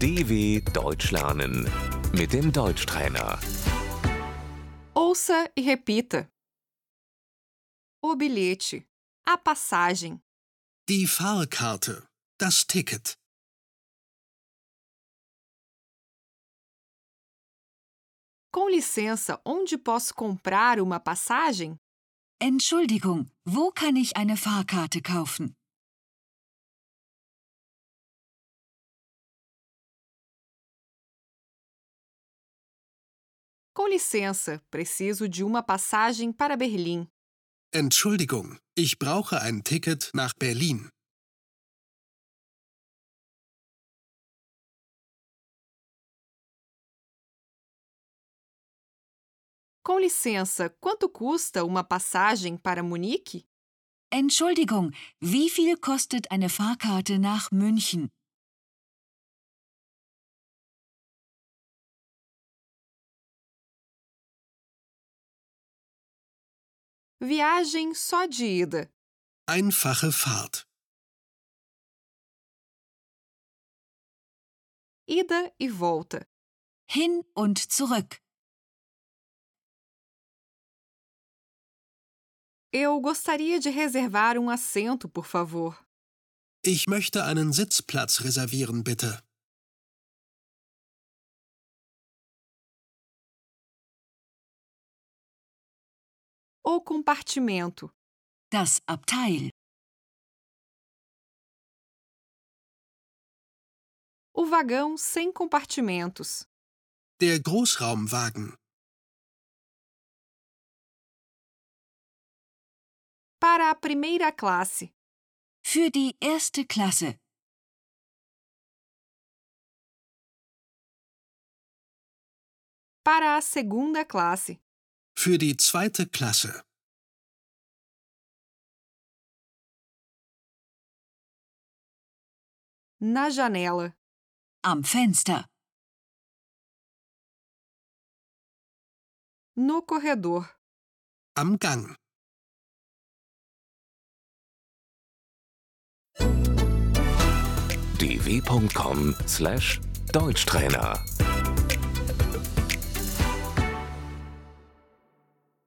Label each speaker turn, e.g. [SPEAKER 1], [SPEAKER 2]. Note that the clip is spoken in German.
[SPEAKER 1] DW Deutsch lernen mit dem Deutschtrainer.
[SPEAKER 2] Ouça e repita. O bilhete. A passagem.
[SPEAKER 3] Die Fahrkarte. Das Ticket.
[SPEAKER 2] Com licença, onde posso comprar uma passagem?
[SPEAKER 4] Entschuldigung, wo kann ich eine Fahrkarte kaufen?
[SPEAKER 2] Com licença, preciso de uma passagem para Berlim.
[SPEAKER 3] Entschuldigung, ich brauche ein Ticket nach Berlin.
[SPEAKER 2] Com licença, quanto custa uma passagem para Munique?
[SPEAKER 4] Entschuldigung, wie viel kostet eine Fahrkarte nach München?
[SPEAKER 2] Viagem só de ida.
[SPEAKER 3] Einfache Fahrt.
[SPEAKER 2] Ida e volta.
[SPEAKER 4] Hin und zurück.
[SPEAKER 2] Eu gostaria de reservar um assento, por favor.
[SPEAKER 3] Ich möchte einen Sitzplatz reservieren, bitte.
[SPEAKER 2] Ou compartimento.
[SPEAKER 4] Das Abteil.
[SPEAKER 2] O vagão sem compartimentos.
[SPEAKER 3] Der Großraumwagen.
[SPEAKER 2] Para a primeira classe.
[SPEAKER 4] Für die erste Klasse.
[SPEAKER 2] Para a segunda classe.
[SPEAKER 3] Für die zweite Klasse.
[SPEAKER 2] Na janela.
[SPEAKER 4] Am Fenster.
[SPEAKER 2] No corredor.
[SPEAKER 3] Am Gang.
[SPEAKER 1] dw.com/deutschtrainer